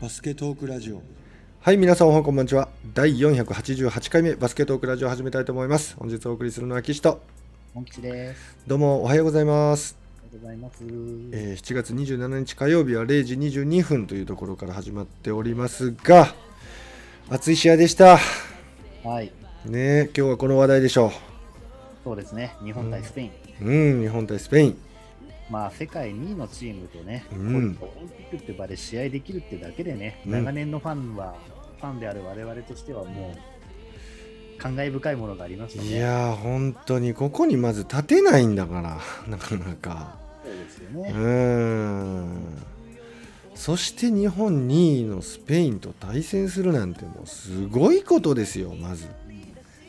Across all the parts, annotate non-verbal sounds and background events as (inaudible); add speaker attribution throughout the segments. Speaker 1: バスケトークラジオ
Speaker 2: はい、皆さんおはこんばんちは。第488回目バスケットークラジオを始めたいと思います。本日お送りするのは岸と。
Speaker 3: 本吉です。
Speaker 2: どうもおはようございます。
Speaker 3: ありがとうございます。
Speaker 2: えー7月27日火曜日は0時22分というところから始まっておりますが、熱い試合でした。
Speaker 3: はい、
Speaker 2: ねえ今日はこの話題でしょ
Speaker 3: そうですね。日本対スペイン。
Speaker 2: う。うん、日本対スペイン。
Speaker 3: まあ、世界2位のチームとね、
Speaker 2: うん
Speaker 3: こうオリンピックって場で試合できるってだけでね、
Speaker 2: うん
Speaker 3: 長年のファンは、ファンである我々としてはもう、感慨深いものがありましたね。
Speaker 2: いやー、本当にここにまず立てないんだから、なかなか。
Speaker 3: そうですよ
Speaker 2: う
Speaker 3: ね。
Speaker 2: ーんそして日本2位のスペインと対戦するなんてもうすごいことですよまず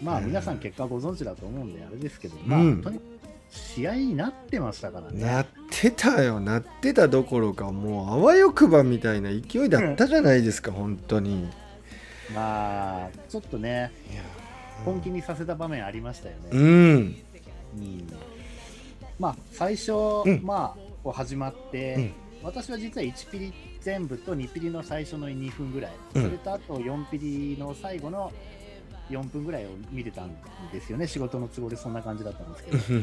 Speaker 3: まあ、
Speaker 2: うん
Speaker 3: 皆さん結果ご存知だと思うんで、あれですけど、まあ、
Speaker 2: うん
Speaker 3: とにかく試合になってましたからね。
Speaker 2: なってたよなってたどころかもうあわよくばみたいな勢いだったじゃないですか本当に
Speaker 3: まあ、ちょっとね、
Speaker 2: いや
Speaker 3: 本気にさせた場面ありましたよね。
Speaker 2: うん
Speaker 3: うんまあ最初、
Speaker 2: うん
Speaker 3: まあこう始まって、
Speaker 2: うん
Speaker 3: 私は実は1ピリ全部と2ピリの最初の2分ぐらい、
Speaker 2: うん
Speaker 3: それとあと4ピリの最後の4分ぐらいを見てたんですよね仕事の都合でそんな感じだったんですけど、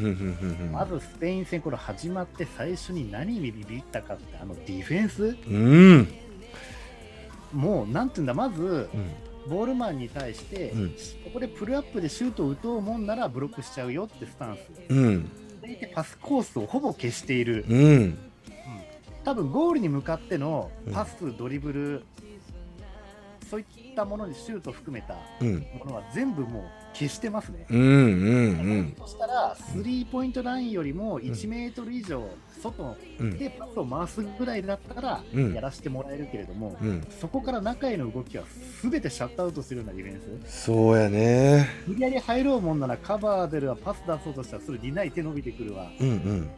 Speaker 3: まずスペイン戦これ始まって最初に何にビビったかってあのディフェンス
Speaker 2: うん
Speaker 3: もうなんていうんだまず
Speaker 2: うん
Speaker 3: ボールマンに対して、
Speaker 2: うん
Speaker 3: ここでプルアップでシュートを打とうもんならブロックしちゃうよってスタンス
Speaker 2: うん
Speaker 3: でいてパスコースをほぼ消している、
Speaker 2: うん
Speaker 3: 多分ゴールに向かっての
Speaker 2: うん
Speaker 3: パス、ドリブル、そういったものにシュート含めた
Speaker 2: うん
Speaker 3: ものは全部もう消してますね。
Speaker 2: うんうん
Speaker 3: そしたら、スリーポイントラインよりも1メートル以上外
Speaker 2: うん
Speaker 3: でパスを回すぐらいだったら
Speaker 2: うん
Speaker 3: やらせてもらえるけれども、
Speaker 2: うん
Speaker 3: そこから中への動きは全てシャットアウトするようなディフェン
Speaker 2: そうやね
Speaker 3: ス、無理やり入ろうもんならカバーでるわ、パス出そうとしたらそれ担い手伸びてくるわ、
Speaker 2: うんうん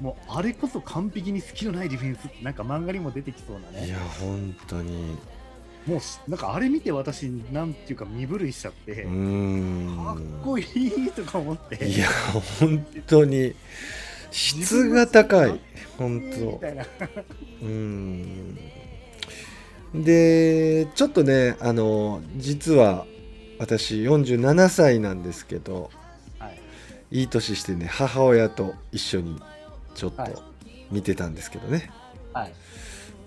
Speaker 3: もうあれこそ完璧に隙のないディフェンスって、なんか漫画にも出てきそうなね。
Speaker 2: いや本当に
Speaker 3: もうしなんかあれ見て私なんていうか身震いしちゃって、
Speaker 2: うーん
Speaker 3: かっこいいとか思って
Speaker 2: いや本当に質が高い本
Speaker 3: (laughs) みたいな
Speaker 2: 当うんでちょっとねあの実は私47歳なんですけど
Speaker 3: はい
Speaker 2: いい年してね母親と一緒にちょっと
Speaker 3: はい
Speaker 2: 見てたんですけどね、
Speaker 3: はい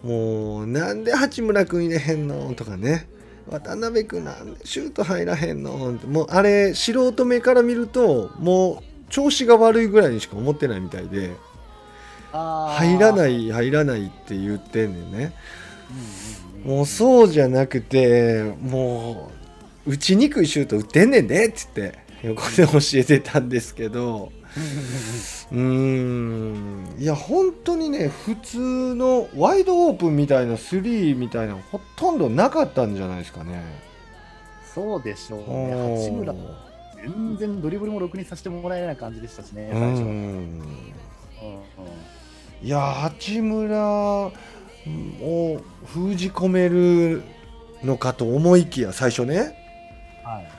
Speaker 2: もうなんで八村君入れへんのとかね渡辺君なんでシュート入らへんのってもうあれ素人目から見るともう調子が悪いぐらいにしか思ってないみたいで
Speaker 3: あー
Speaker 2: 入らない入らないって言ってんねんね
Speaker 3: うんうんうん
Speaker 2: もうそうじゃなくてもう打ちにくいシュート打ってんねんでっつって横で教えてたんですけどうーんいや本当にね普通のワイドオープンみたいなスリーみたいなのほとんどなかったんじゃないですかね。
Speaker 3: そうでしょうね
Speaker 2: お
Speaker 3: 八村
Speaker 2: ー
Speaker 3: も全然ドリブルもろくにさせてもらえない感じでしたしね
Speaker 2: う
Speaker 3: 最初、うんうん
Speaker 2: んいや八村を封じ込めるのかと思いきや最初ね
Speaker 3: はい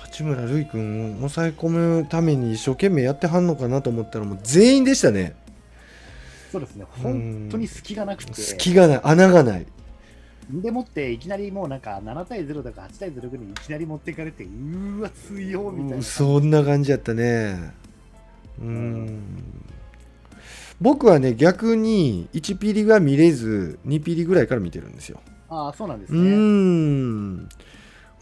Speaker 2: 八村塁君を抑え込むために一生懸命やってはんのかなと思ったらもう全員でしたね
Speaker 3: そうですね
Speaker 2: ん
Speaker 3: 本当に隙がなくて
Speaker 2: 隙がない穴がない
Speaker 3: でもっていきなりもうなんか7対0とか8対0ぐらいにいきなり持っていかれてうーわ強いみたいな
Speaker 2: そんな感じやったねうん、僕はね逆に1ピリが見れず2ピリぐらいから見てるんですよ、
Speaker 3: ああそうなんです
Speaker 2: う
Speaker 3: ね、
Speaker 2: んも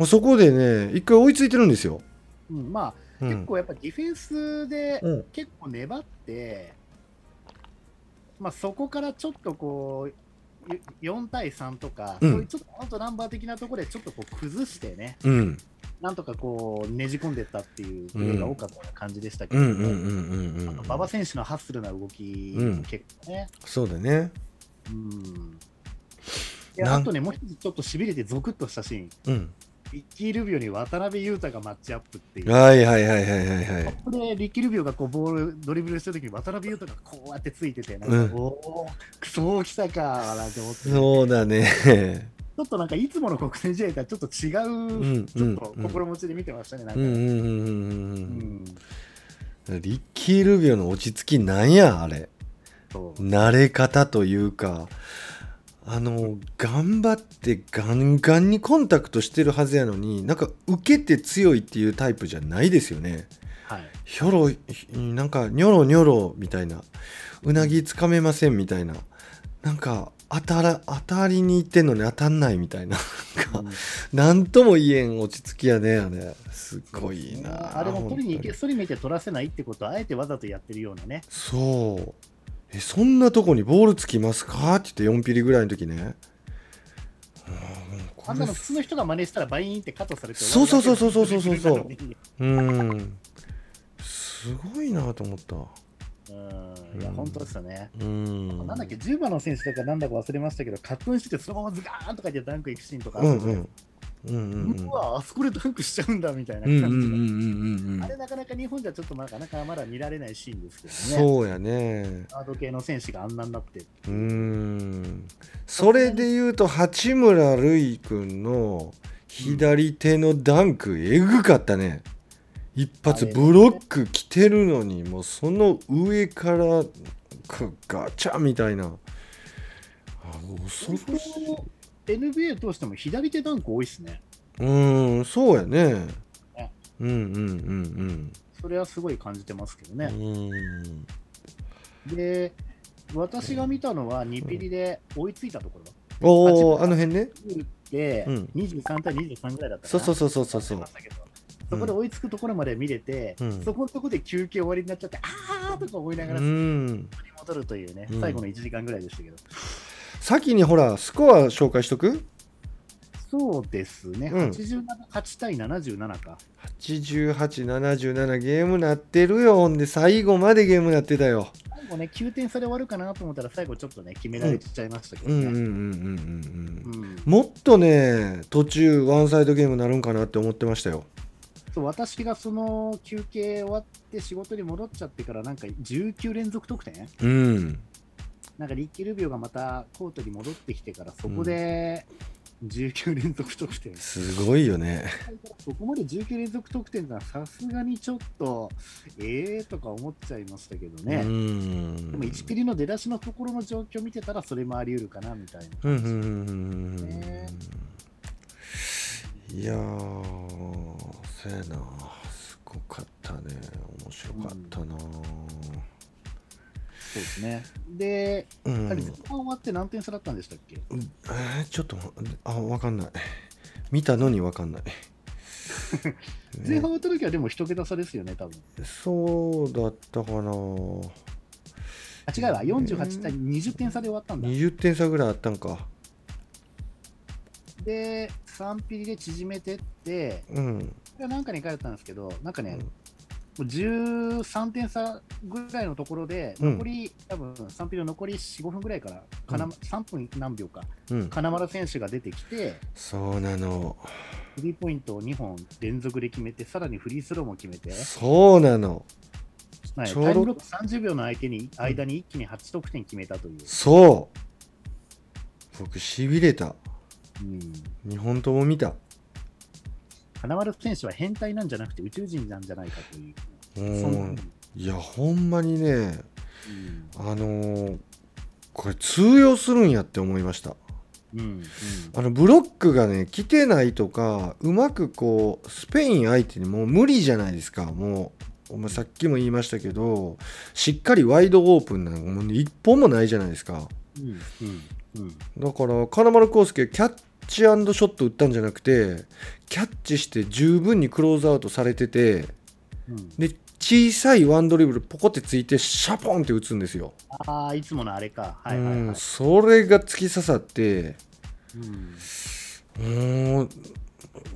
Speaker 2: うそこでね一回追いついてるんですよ、
Speaker 3: うん、まあ
Speaker 2: うん、
Speaker 3: 結構やっぱディフェンスで
Speaker 2: うん
Speaker 3: 結構粘って、まあ、そこからちょっとこうよ4対3とか、
Speaker 2: うん
Speaker 3: そういうちょっとアウトナンバー的なところでちょっとこう崩してね
Speaker 2: うん
Speaker 3: なんとかこうねじ込んでったっていうプレーが多かった感じでしたけ
Speaker 2: う
Speaker 3: ど、
Speaker 2: んうんうんうんうん
Speaker 3: 馬場選手のハッスルな動き、
Speaker 2: うん
Speaker 3: 結構ね。
Speaker 2: そうだね
Speaker 3: うんい
Speaker 2: な
Speaker 3: や
Speaker 2: ん
Speaker 3: あとね、もう一つちょっとしびれてゾクッとしたシー
Speaker 2: う
Speaker 3: ン、
Speaker 2: ん
Speaker 3: リッキー・ルビオに渡辺裕太がマッチアップっていう、
Speaker 2: はいはいはいはいはいはい
Speaker 3: これ、リッキー・ルビオがこうボールドリブルしたときに渡辺裕太がこうやってついてて、なんか、
Speaker 2: うん
Speaker 3: おお、クソ来たかなんて思って、ちょ
Speaker 2: そうだね
Speaker 3: っとなんかいつもの国選試合とはちょっと違う、
Speaker 2: うん
Speaker 3: ちょっ
Speaker 2: う
Speaker 3: と
Speaker 2: ん
Speaker 3: 心持ちで見てましたね、
Speaker 2: う
Speaker 3: なんか。
Speaker 2: んうんうんうん
Speaker 3: う
Speaker 2: うん
Speaker 3: ん
Speaker 2: うんリッキー・ルビオの落ち着きなんやあれ
Speaker 3: そう
Speaker 2: 慣れ方というかあの頑張ってガンガンにコンタクトしてるはずやのになんか受けて強いっていうタイプじゃないですよね
Speaker 3: はい、
Speaker 2: ひょろひなんかニョロニョロみたいなうなぎつかめませんみたいななんか当たら当たりにいってんのに当たんないみたいな (laughs) なんかなんとも言えん落ち着きやねあれすごいな
Speaker 3: あれも取りに行け
Speaker 2: 本当
Speaker 3: そり見て取らせないってことはあえてわざとやってるようなね
Speaker 2: そうえそんなとこにボールつきますかって言って4ピリぐらいの時ねうんもうこ
Speaker 3: あ
Speaker 2: れ
Speaker 3: んなの普通の人が真似したらバイーンってカットされて
Speaker 2: そうそうそうそうそうそうそう
Speaker 3: 終わるだけなのに
Speaker 2: うんすごいなと思った
Speaker 3: うんいや本当ですよね
Speaker 2: うん
Speaker 3: なんだっけ10番の選手だかなんだか忘れましたけどカットインしててそのままズガーンとか言ってダンク行くシーンとかあ
Speaker 2: うんう
Speaker 3: るじゃないで
Speaker 2: ん
Speaker 3: すか
Speaker 2: うんうんうん
Speaker 3: うわあそこでダンクしちゃうんだみたいな
Speaker 2: うんうんうん
Speaker 3: 感じが
Speaker 2: うんうん
Speaker 3: あれなかなか日本じゃちょっとなかなかまだ見られないシーンですけどね。
Speaker 2: そうやね
Speaker 3: ガード系の選手があんなになって。
Speaker 2: うーんそれで言うと八村塁君の左手のダンクえぐかったね一発
Speaker 3: あれね
Speaker 2: ブロック来てるのにもうその上からくガチャみたいなあ恐ろしい
Speaker 3: NBA 通しても左手ダンク多いですね。
Speaker 2: うーんそうやね
Speaker 3: ね
Speaker 2: うんうんうん
Speaker 3: それはすごい感じてますけど
Speaker 2: うんう
Speaker 3: ね。
Speaker 2: ーん
Speaker 3: で、私が見たのは2ピリで追いついたところ。
Speaker 2: おおあの辺ね
Speaker 3: 打って
Speaker 2: うん
Speaker 3: 23対23ぐらいだったか
Speaker 2: そ
Speaker 3: な
Speaker 2: うそうそうそうそうそう
Speaker 3: 忘れましたけどそこで追いつくところまで見れて、
Speaker 2: うん
Speaker 3: そこのところで休憩終わりになっちゃって、あーとか思いな
Speaker 2: う
Speaker 3: がら
Speaker 2: ー
Speaker 3: 取り
Speaker 2: ん
Speaker 3: 戻るというね、
Speaker 2: うん
Speaker 3: 最後の1時間ぐらいでしたけど、
Speaker 2: 先にほらスコア紹介しとく
Speaker 3: そうですね、
Speaker 2: うん
Speaker 3: 87、8対77か。
Speaker 2: 8877ゲームなってるよほんで最後までゲームなってたよ
Speaker 3: 最後ね、9点差で終わるかなと思ったら、最後ちょっとね、決められちゃいましたけど
Speaker 2: うんうんうん
Speaker 3: ね。
Speaker 2: うんうんうん
Speaker 3: うん
Speaker 2: もっとね途中ワンサイドゲームなるんかなって思ってましたよ
Speaker 3: そう私がその休憩終わって仕事に戻っちゃってからなんか19連続得点
Speaker 2: うん
Speaker 3: なんかリッキー・ルビオがまたコートに戻ってきてからそこで19連続得点、
Speaker 2: すごいよね
Speaker 3: そこまで19連続得点がさすがにちょっとええー、とか思っちゃいましたけど
Speaker 2: う
Speaker 3: ね、
Speaker 2: ん
Speaker 3: でも1ピリの出だしのところの状況見てたらそれもあり得るかなみたいな
Speaker 2: うんうんう
Speaker 3: 感じ、
Speaker 2: んうんうん
Speaker 3: ね
Speaker 2: いやーそやなすごかったね面白かったな
Speaker 3: そうですねで
Speaker 2: うん、
Speaker 3: あれ前半終わって何点差だったんでしたっけ
Speaker 2: うんえーちょっとあ分かんない見たのに分かんない
Speaker 3: 前
Speaker 2: ね
Speaker 3: 半終わった時はでも一桁差ですよね、多分
Speaker 2: そうだったかな
Speaker 3: あ違うわ、48対20点差で終わったんだ。
Speaker 2: 20点差ぐらいあったんか
Speaker 3: で、3ピリで縮めてって、
Speaker 2: うん
Speaker 3: これはなんかに書いてあったんですけど、なんかね、
Speaker 2: うん
Speaker 3: もう13点差ぐらいのところで、
Speaker 2: うん
Speaker 3: 残り、多分3ピリの残り4、5分ぐらいから、かな
Speaker 2: うん
Speaker 3: 3分何秒か、
Speaker 2: うん
Speaker 3: 金丸選手が出てきて、
Speaker 2: そうなの
Speaker 3: スリーポイントを2本連続で決めて、さらにフリースローも決めて、
Speaker 2: そうなの
Speaker 3: はい、
Speaker 2: ちょうど
Speaker 3: タイムロック30秒の相手に間に一気に8得点決めたという。
Speaker 2: そう僕しびれた
Speaker 3: うん
Speaker 2: 2本とも見た
Speaker 3: 花丸選手は変態なんじゃなくて宇宙人なんじゃないかという、
Speaker 2: う
Speaker 3: そんなうんん
Speaker 2: いやほんまにねあのーこれ通用するんやって思いました
Speaker 3: うん
Speaker 2: あのブロックがね来てないとかうまくこうスペイン相手にもう無理じゃないですかもうお前さっきも言いましたけどしっかりワイドオープンなのもうね一本もないじゃないですか
Speaker 3: うんうんうん
Speaker 2: だから金丸康介キャッチショット打ったんじゃなくてキャッチして十分にクローズアウトされてて
Speaker 3: うん
Speaker 2: で小さいワンドリブルポコってついてシャポンって打つんですよ、
Speaker 3: ああいつものあれかはいはいはい、
Speaker 2: うんそれが突き刺さって
Speaker 3: うん
Speaker 2: うーん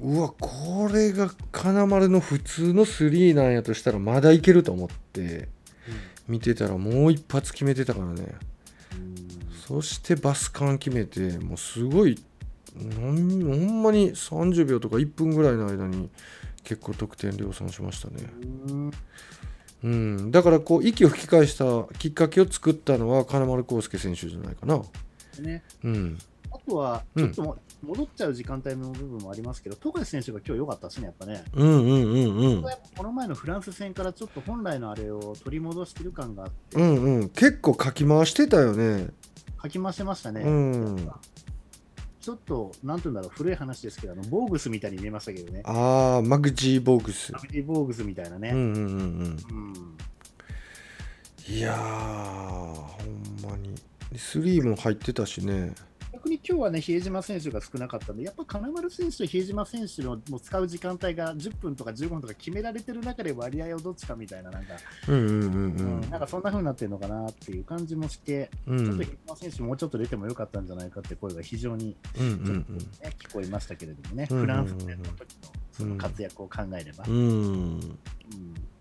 Speaker 2: うわこれが金丸の普通のスリーなんやとしたらまだいけると思って見てたらもう一発決めてたからねそしてバスカン決めてもうすごいなんほんまに30秒とか1分ぐらいの間に結構得点量産しましたね、
Speaker 3: うん
Speaker 2: うん、だからこう息を吹き返したきっかけを作ったのは金丸康介選手じゃないかな
Speaker 3: ね、
Speaker 2: うん
Speaker 3: あとは、
Speaker 2: う
Speaker 3: ち
Speaker 2: ん
Speaker 3: ょっとも戻っちゃう時間帯の部分もありますけど、富樫選手が今日良かったですね、やっぱね。
Speaker 2: うんうんうんうん
Speaker 3: この前のフランス戦からちょっと本来のあれを取り戻してる感があって、
Speaker 2: うんうん結構かき回してたよね
Speaker 3: かき回してましたね、
Speaker 2: うん
Speaker 3: ちょっと、なんていうんだろう、古い話ですけど、あのボーグスみたいに見えましたけどね、
Speaker 2: ああマグジー・ボーグス
Speaker 3: ラブジーボーグスみたいな
Speaker 2: うん
Speaker 3: ね、
Speaker 2: うんうんうん
Speaker 3: うん
Speaker 2: いやーほんまに3も入ってたしね
Speaker 3: 逆に今日はね、比江島選手が少なかったんで、やっぱ金丸選手と比江島選手のもう使う時間帯が10分とか15分とか決められてる中で割合をどっちかみたいな、なんか、
Speaker 2: うんうんうん
Speaker 3: うんなんかそんな風になってるのかなっていう感じもして、
Speaker 2: うんうん
Speaker 3: ちょっと比江島選手、もうちょっと出てもよかったんじゃないかって声が非常に、
Speaker 2: うん
Speaker 3: ちょっとね聞こえましたけれどもね、
Speaker 2: うん
Speaker 3: フランス戦の時のその活躍を考えれば。
Speaker 2: うんうん
Speaker 3: うん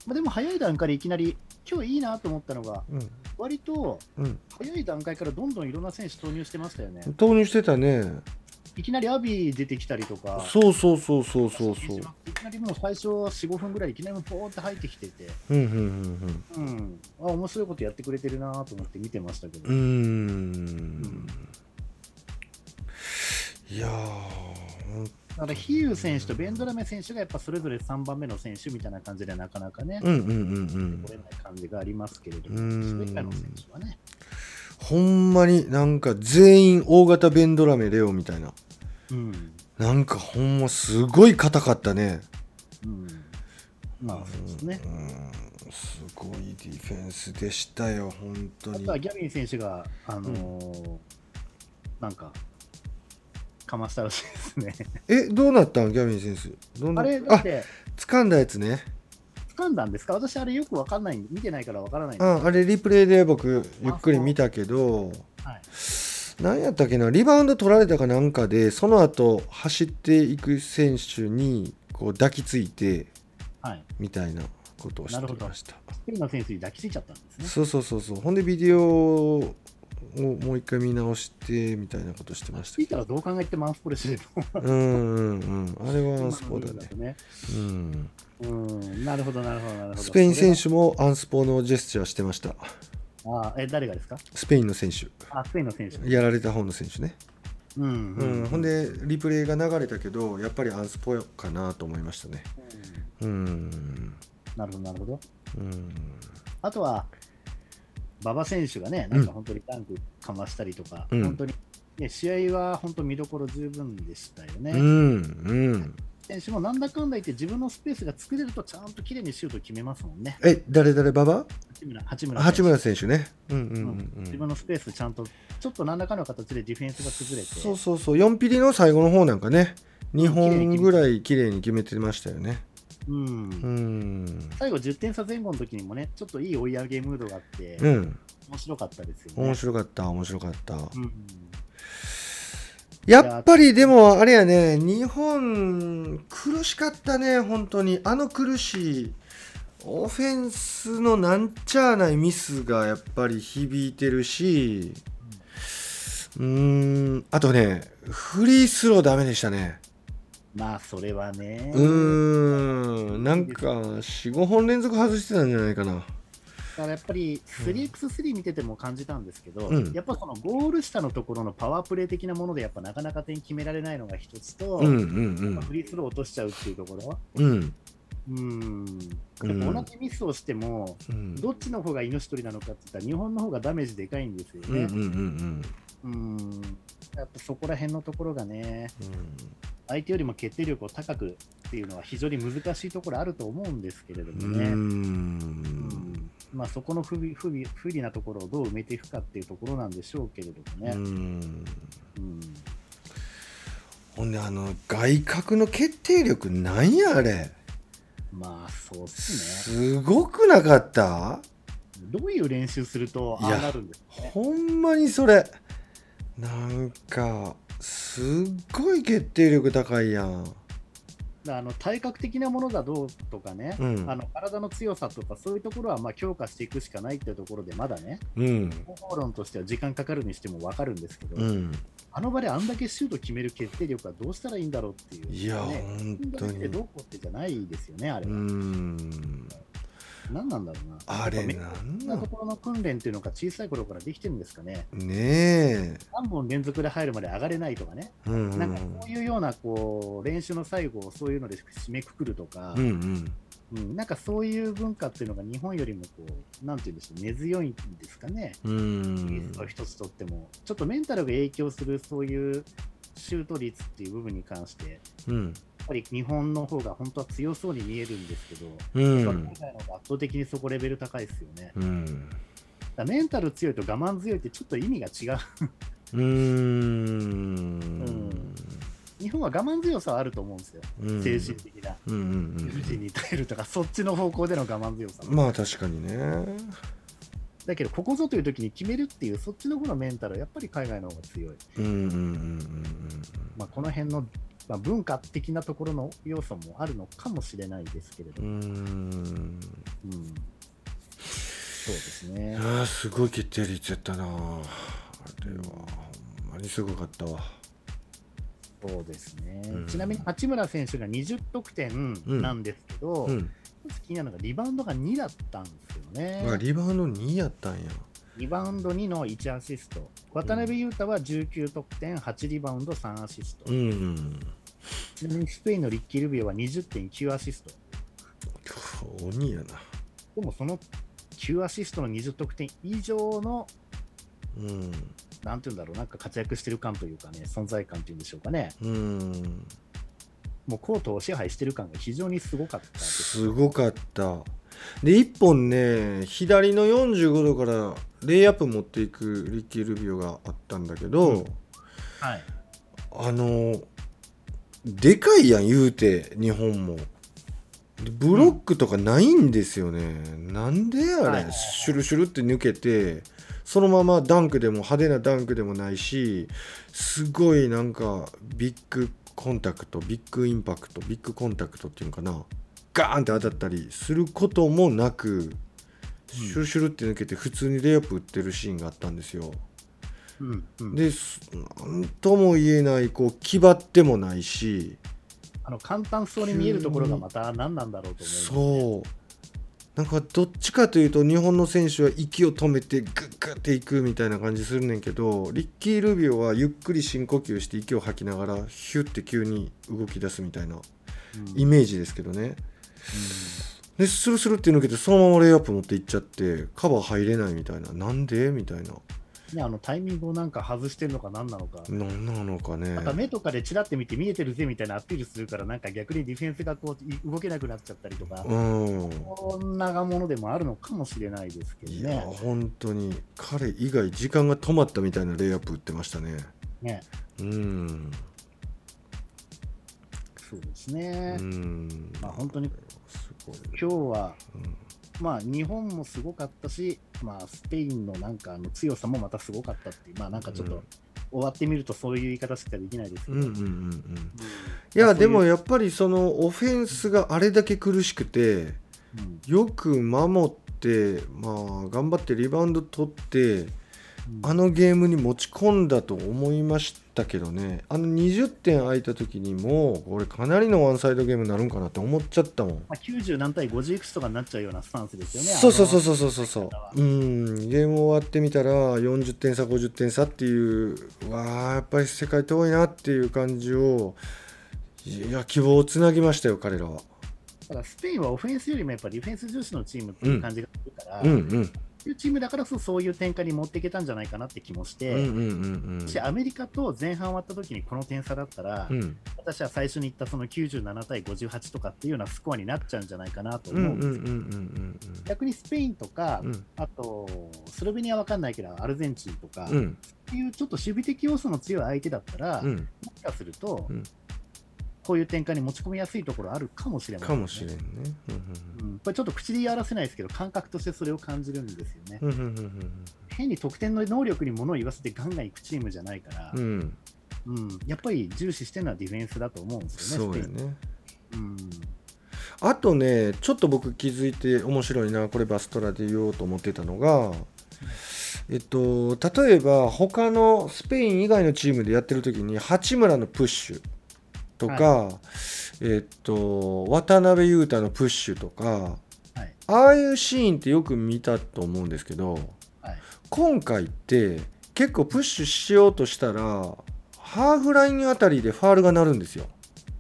Speaker 3: まあ、でも早い段階でいきなり、今日いいなと思ったのが、
Speaker 2: うん
Speaker 3: 割と
Speaker 2: うん
Speaker 3: 早い段階からどんどんいろんな選手投入してましたよね。
Speaker 2: 投入してたね
Speaker 3: いきなりアビー出てきたりとか、
Speaker 2: そうそうそうそうそうそう
Speaker 3: いきなりもう最初4、5分ぐらいいきなりもうポーって入ってきてて、
Speaker 2: うんうん
Speaker 3: うん、あ面白いことやってくれてるなと思って見てましたけど、
Speaker 2: うんうんうーんいやーほん
Speaker 3: だから比喩選手とベンドラメ選手がやっぱそれぞれ3番目の選手みたいな感じでなかなかね、
Speaker 2: うんうんうんうん
Speaker 3: 取れない感じがありますけれども、
Speaker 2: うん
Speaker 3: それ以外の選手はね、
Speaker 2: ほんまになんか全員大型ベンドラメレオみたいな
Speaker 3: うん、
Speaker 2: なんかほんますごい硬かったね
Speaker 3: うん、まあそうですね。
Speaker 2: うんすごいディフェンスでしたよ本当
Speaker 3: あ
Speaker 2: に
Speaker 3: とはギャビン選手が、あのーなんか、かましたらしいですね。
Speaker 2: えどうなったんギャビン選手どうな
Speaker 3: あ
Speaker 2: っ
Speaker 3: れ、だっ
Speaker 2: あ
Speaker 3: て、
Speaker 2: 掴んだやつね
Speaker 3: 掴んだんですか私、あれよくわかんない、見てないからわからないん
Speaker 2: う
Speaker 3: です
Speaker 2: ん、あれリプレイで僕ゆっくり見たけど
Speaker 3: はい
Speaker 2: 何やったっけなリバウンド取られたかなんかでその後走っていく選手にこう抱きついて
Speaker 3: はい。
Speaker 2: みたいなことをしてました
Speaker 3: ヘルナ選手に抱きついちゃったんですね。
Speaker 2: そうそうそうそうほんでビデオをもう一回見直してみたいなことしてまし
Speaker 3: つい
Speaker 2: た
Speaker 3: たらどう考えてもマンスポレしてると思
Speaker 2: うんうんうんあれはスポ
Speaker 3: う
Speaker 2: だ
Speaker 3: ん
Speaker 2: ね
Speaker 3: だとね。
Speaker 2: うん
Speaker 3: うん、なるほど、なるほど、なるほど。
Speaker 2: スペイン選手もアンスポのジェスチャーしてました
Speaker 3: それは。あえ、誰がですか
Speaker 2: スペインの選手
Speaker 3: あ、スペインの選手。
Speaker 2: やられた方の選手ね
Speaker 3: うん、
Speaker 2: うん、ほん、でリプレイが流れたけどやっぱりアンスポかなと思いましたね
Speaker 3: うん
Speaker 2: うん
Speaker 3: なるほど、なるほど。
Speaker 2: うん
Speaker 3: あとは、馬場選手がね、なんか本当にダンクかましたりとか、
Speaker 2: うん
Speaker 3: 本当に、ね、試合は本当見どころ十分でしたよね。
Speaker 2: うんうん
Speaker 3: 選手もなんだかんだ言って自分のスペースが作れるとちゃんと綺麗にシュート決めますもんね。
Speaker 2: え誰誰馬場
Speaker 3: 八村八村選手
Speaker 2: 八村選手ねうんうんうん
Speaker 3: 自
Speaker 2: うん
Speaker 3: 分のスペースちゃんとちょっと何らかの形でディフェンスが崩れて
Speaker 2: そうそうそう4ピリの最後の方なんかね2本ぐらい綺麗に決めてましたよね
Speaker 3: うん
Speaker 2: うん
Speaker 3: 最後10点差前後の時にもねちょっといい追い上げムードがあって、
Speaker 2: うん
Speaker 3: 面白かったですよね。
Speaker 2: 面白かった面白かった
Speaker 3: うん
Speaker 2: やっぱりでもあれやね日本苦しかったね本当にあの苦しいオフェンスのなんちゃらないミスがやっぱり響いてるしうーんあとねフリースローダメでしたね
Speaker 3: まあそれはね、
Speaker 2: うーんなんか45本連続外してたんじゃないかな
Speaker 3: だからやっぱり 3x3 見てても感じたんですけど、
Speaker 2: うん
Speaker 3: やっぱそのゴール下のところのパワープレー的なものでやっぱなかなか点決められないのが一つと、
Speaker 2: うんう
Speaker 3: ま
Speaker 2: ん
Speaker 3: あフリースロー落としちゃうっていうところ。
Speaker 2: うんうん
Speaker 3: うん、
Speaker 2: うん
Speaker 3: 同じミスをしても、
Speaker 2: うん
Speaker 3: どっちの方が命取りなのかって言ったら、日本の方がダメージでかいんですよ
Speaker 2: うんうんうん
Speaker 3: ね。
Speaker 2: うん
Speaker 3: うん、やっぱそこら辺のところがね、
Speaker 2: うん
Speaker 3: 相手よりも決定力を高くっていうのは非常に難しいところあると思うんですけれど
Speaker 2: う
Speaker 3: もね、うん
Speaker 2: ん
Speaker 3: まあ、そこの不備不備不利なところをどう埋めていくかっていうところなんでしょうけれど
Speaker 2: う
Speaker 3: もね。
Speaker 2: ん
Speaker 3: うん
Speaker 2: ほんであの外角の決定力なんやあれ
Speaker 3: まあそうっすね。
Speaker 2: すごくなかった
Speaker 3: どういう練習するとああなるんですかね。
Speaker 2: ほんまにそれなんかすっごい決定力高いやん
Speaker 3: だからあの体格的なものがどうとかね、
Speaker 2: うん
Speaker 3: あの体の強さとかそういうところはまあ強化していくしかないっていうところでまだね
Speaker 2: うん
Speaker 3: 方法論としては時間かかるにしても分かるんですけど、
Speaker 2: うん
Speaker 3: あの場であんだけシュート決める決定力はどうしたらいいんだろうっていう、
Speaker 2: いや
Speaker 3: ね、
Speaker 2: 本当に
Speaker 3: でどうこうってじゃないですよね、あれ
Speaker 2: う
Speaker 3: は。
Speaker 2: ん
Speaker 3: 何なんだろうな。
Speaker 2: あれ
Speaker 3: やっぱ
Speaker 2: なん
Speaker 3: そん
Speaker 2: な
Speaker 3: なんところの訓練っていうのが小さい頃からできてるんですかね。
Speaker 2: ねえ
Speaker 3: 3本連続で入るまで上がれないとかね。
Speaker 2: うんうんう
Speaker 3: なん
Speaker 2: ん
Speaker 3: かこういうようなこう練習の最後をそういうので締めくくるとか、
Speaker 2: うん
Speaker 3: うん、なんかそういう文化っていうのが日本よりもこう、なんていうんでしょう、根強いんですかね、技術を一つとっても、ちょっとメンタルが影響するそういうシュート率っていう部分に関して、や
Speaker 2: うん
Speaker 3: っぱり日本の方が本当は強そうに見えるんですけど、
Speaker 2: うん
Speaker 3: 海外の方が圧倒的にそこレベル高いですよね。
Speaker 2: うん
Speaker 3: だからメンタル強いと我慢強いってちょっと意味が違う。
Speaker 2: うーん
Speaker 3: 日本は我慢強さはあると思うんですよ、
Speaker 2: うん
Speaker 3: 精神的な。
Speaker 2: うんうん
Speaker 3: 理不尽に耐える
Speaker 2: (laughs)
Speaker 3: とか、そっちの方向での我慢強さ。
Speaker 2: うんまあ確かにね
Speaker 3: だけど、ここぞという時に決めるっていう、そっちの方のメンタルはやっぱり海外の方が強い。
Speaker 2: うんうんうん
Speaker 3: まあ、この辺の、まあ、文化的なところの要素もあるのかもしれないですけれ
Speaker 2: う
Speaker 3: ど、
Speaker 2: んうん
Speaker 3: うん、そうです
Speaker 2: う
Speaker 3: ね
Speaker 2: んああすごい決定率やったなあれはほんまにすごかったわ
Speaker 3: そうですね、
Speaker 2: うん
Speaker 3: ちなみに八村選手が20得点なんですけど、
Speaker 2: うん
Speaker 3: 一つ気になるのがリバウンドが2だったんですよね、
Speaker 2: あリバーの2やったんや
Speaker 3: リバウンド2の1アシスト、渡辺裕太は19得点、8リバウンド、3アシスト、
Speaker 2: うんうん
Speaker 3: ちなみにスペインのリッキー・ルビオは20.9アシスト、
Speaker 2: 鬼やな
Speaker 3: でもその9アシストの20得点以上の
Speaker 2: うん
Speaker 3: なんていうんだろう、なんか活躍してる感というかね、存在感というんでしょうかね、
Speaker 2: うん
Speaker 3: もうコートを支配してる感が非常にすごかったです。
Speaker 2: すごかったで1本ね左の45度からレイアップ持っていくリッキー・ルビオがあったんだけど、
Speaker 3: うんはい、
Speaker 2: あのでかいやん言うて日本もでブロックとかないんですよね、なんであれ、
Speaker 3: はい
Speaker 2: シュルシュルって抜けてそのままダンクでも派手なダンクでもないしすごいなんかビッグコンタクトビッグインパクトビッグコンタクトっていうのかなガーンって当たったりすることもなく、シュルシュルって抜けて普通にレイアップ打ってるシーンがあったんですよ。
Speaker 3: うんうん、
Speaker 2: ですなんとも言えないこう気張ってもないし
Speaker 3: あの簡単そうに見えるところがまた何なんだろうと思いますね
Speaker 2: そうなんかどっちかというと日本の選手は息を止めてグッグッていくみたいな感じするねんけどリッキー・ルビオはゆっくり深呼吸して息を吐きながらヒュッて急に動き出すみたいな
Speaker 3: うん
Speaker 2: イメージですけどねでスルスルって抜けてそのままレイアップ持っていっちゃってカバー入れないみたいななんでみたいな
Speaker 3: ね、あのタイミングをなんか外してるのか何なのか、
Speaker 2: なんなのかね
Speaker 3: なんか目とかでチラって見て見えてるぜみたいなアピールするから、なんか逆にディフェンスがこうい動けなくなっちゃったりとか、
Speaker 2: うん
Speaker 3: こんなものでもあるのかもしれないですけ
Speaker 2: い
Speaker 3: ど
Speaker 2: や
Speaker 3: ね。
Speaker 2: 本当に彼以外時間が止まったみたいなレイアップ打ってましたね
Speaker 3: ね
Speaker 2: うん
Speaker 3: そうですね、
Speaker 2: うん
Speaker 3: まあ本当に
Speaker 2: すごい
Speaker 3: 今日は
Speaker 2: うん
Speaker 3: まあ、日本もすごかったし、まあ、スペインのなんかあの強さもまたすごかったっていう、まあ、なんかちょっ
Speaker 2: うん
Speaker 3: と終わってみるとそういう言い方しかできないですけ
Speaker 2: う
Speaker 3: ど、
Speaker 2: んうんうんう
Speaker 3: うん
Speaker 2: んい
Speaker 3: ま
Speaker 2: や
Speaker 3: あそう
Speaker 2: でも
Speaker 3: いう
Speaker 2: やっぱりそのオフェンスがあれだけ苦しくて
Speaker 3: うん
Speaker 2: よく守ってまあ頑張ってリバウンド取って
Speaker 3: うん
Speaker 2: あのゲームに持ち込んだと思いましたけどねあの20点空いた時にもうこれかなりのワンサイドゲームになるんかなって思っちゃったもん
Speaker 3: まあ、90何対50いくつとかになっちゃうようなスタンスですよね。
Speaker 2: そうそうそう
Speaker 3: あ
Speaker 2: そうそうそうそう
Speaker 3: あの
Speaker 2: うんゲーム終わってみたら40点差50点差っていううわあやっぱり世界遠いなっていう感じをいや希望をつなぎましたよ彼らは
Speaker 3: のただスペインはオフェンスよりもやっぱりディフェンス重視のチームっていう感じがするから、
Speaker 2: うん
Speaker 3: そう
Speaker 2: うん
Speaker 3: いうチームだからこそそういう展開に持っていけたんじゃないかなって気もし
Speaker 2: う
Speaker 3: て、
Speaker 2: んうんうん
Speaker 3: もしアメリカと前半終わった時にこの点差だったら、
Speaker 2: うんうん
Speaker 3: 私は最初に言ったその97対58とかっていうようなスコアになっちゃうんじゃないかなと
Speaker 2: うんうんう
Speaker 3: 思うん
Speaker 2: ん
Speaker 3: ですけど、
Speaker 2: うん
Speaker 3: 逆にスペインとか、
Speaker 2: うんうん
Speaker 3: あとスロベニアは分かんないけど、アルゼンチンとか、
Speaker 2: う
Speaker 3: っ
Speaker 2: ん
Speaker 3: ていうちょっと守備的要素の強い相手だったら、
Speaker 2: う
Speaker 3: も
Speaker 2: ん
Speaker 3: しかすると、
Speaker 2: うん
Speaker 3: こういう展開に持ち込みやすいところあるかもしれない、
Speaker 2: かもしれん
Speaker 3: い。
Speaker 2: ね
Speaker 3: うん、これちょっと口で言い表せないですけど、感覚としてそれを感じるんですよね。
Speaker 2: うんうんうんうん
Speaker 3: 変に得点の能力に物を言わせてガンガンいくチームじゃないから
Speaker 2: う、んうん
Speaker 3: うんやっぱり重視してるのはディフェンスだと思うんですよ
Speaker 2: そう
Speaker 3: ね、
Speaker 2: や
Speaker 3: スペイン。
Speaker 2: ね
Speaker 3: うん
Speaker 2: あとねちょっと僕気づいて面白いなこれバストラで言おうと思ってたのが、えっと、例えば他のスペイン以外のチームでやってる時に八村のプッシュとか、えっと、渡辺裕太のプッシュとか
Speaker 3: はい
Speaker 2: ああいうシーンってよく見たと思うんですけど
Speaker 3: はい
Speaker 2: 今回って結構プッシュしようとしたらハーフラインあたりでファールが鳴るんですよ。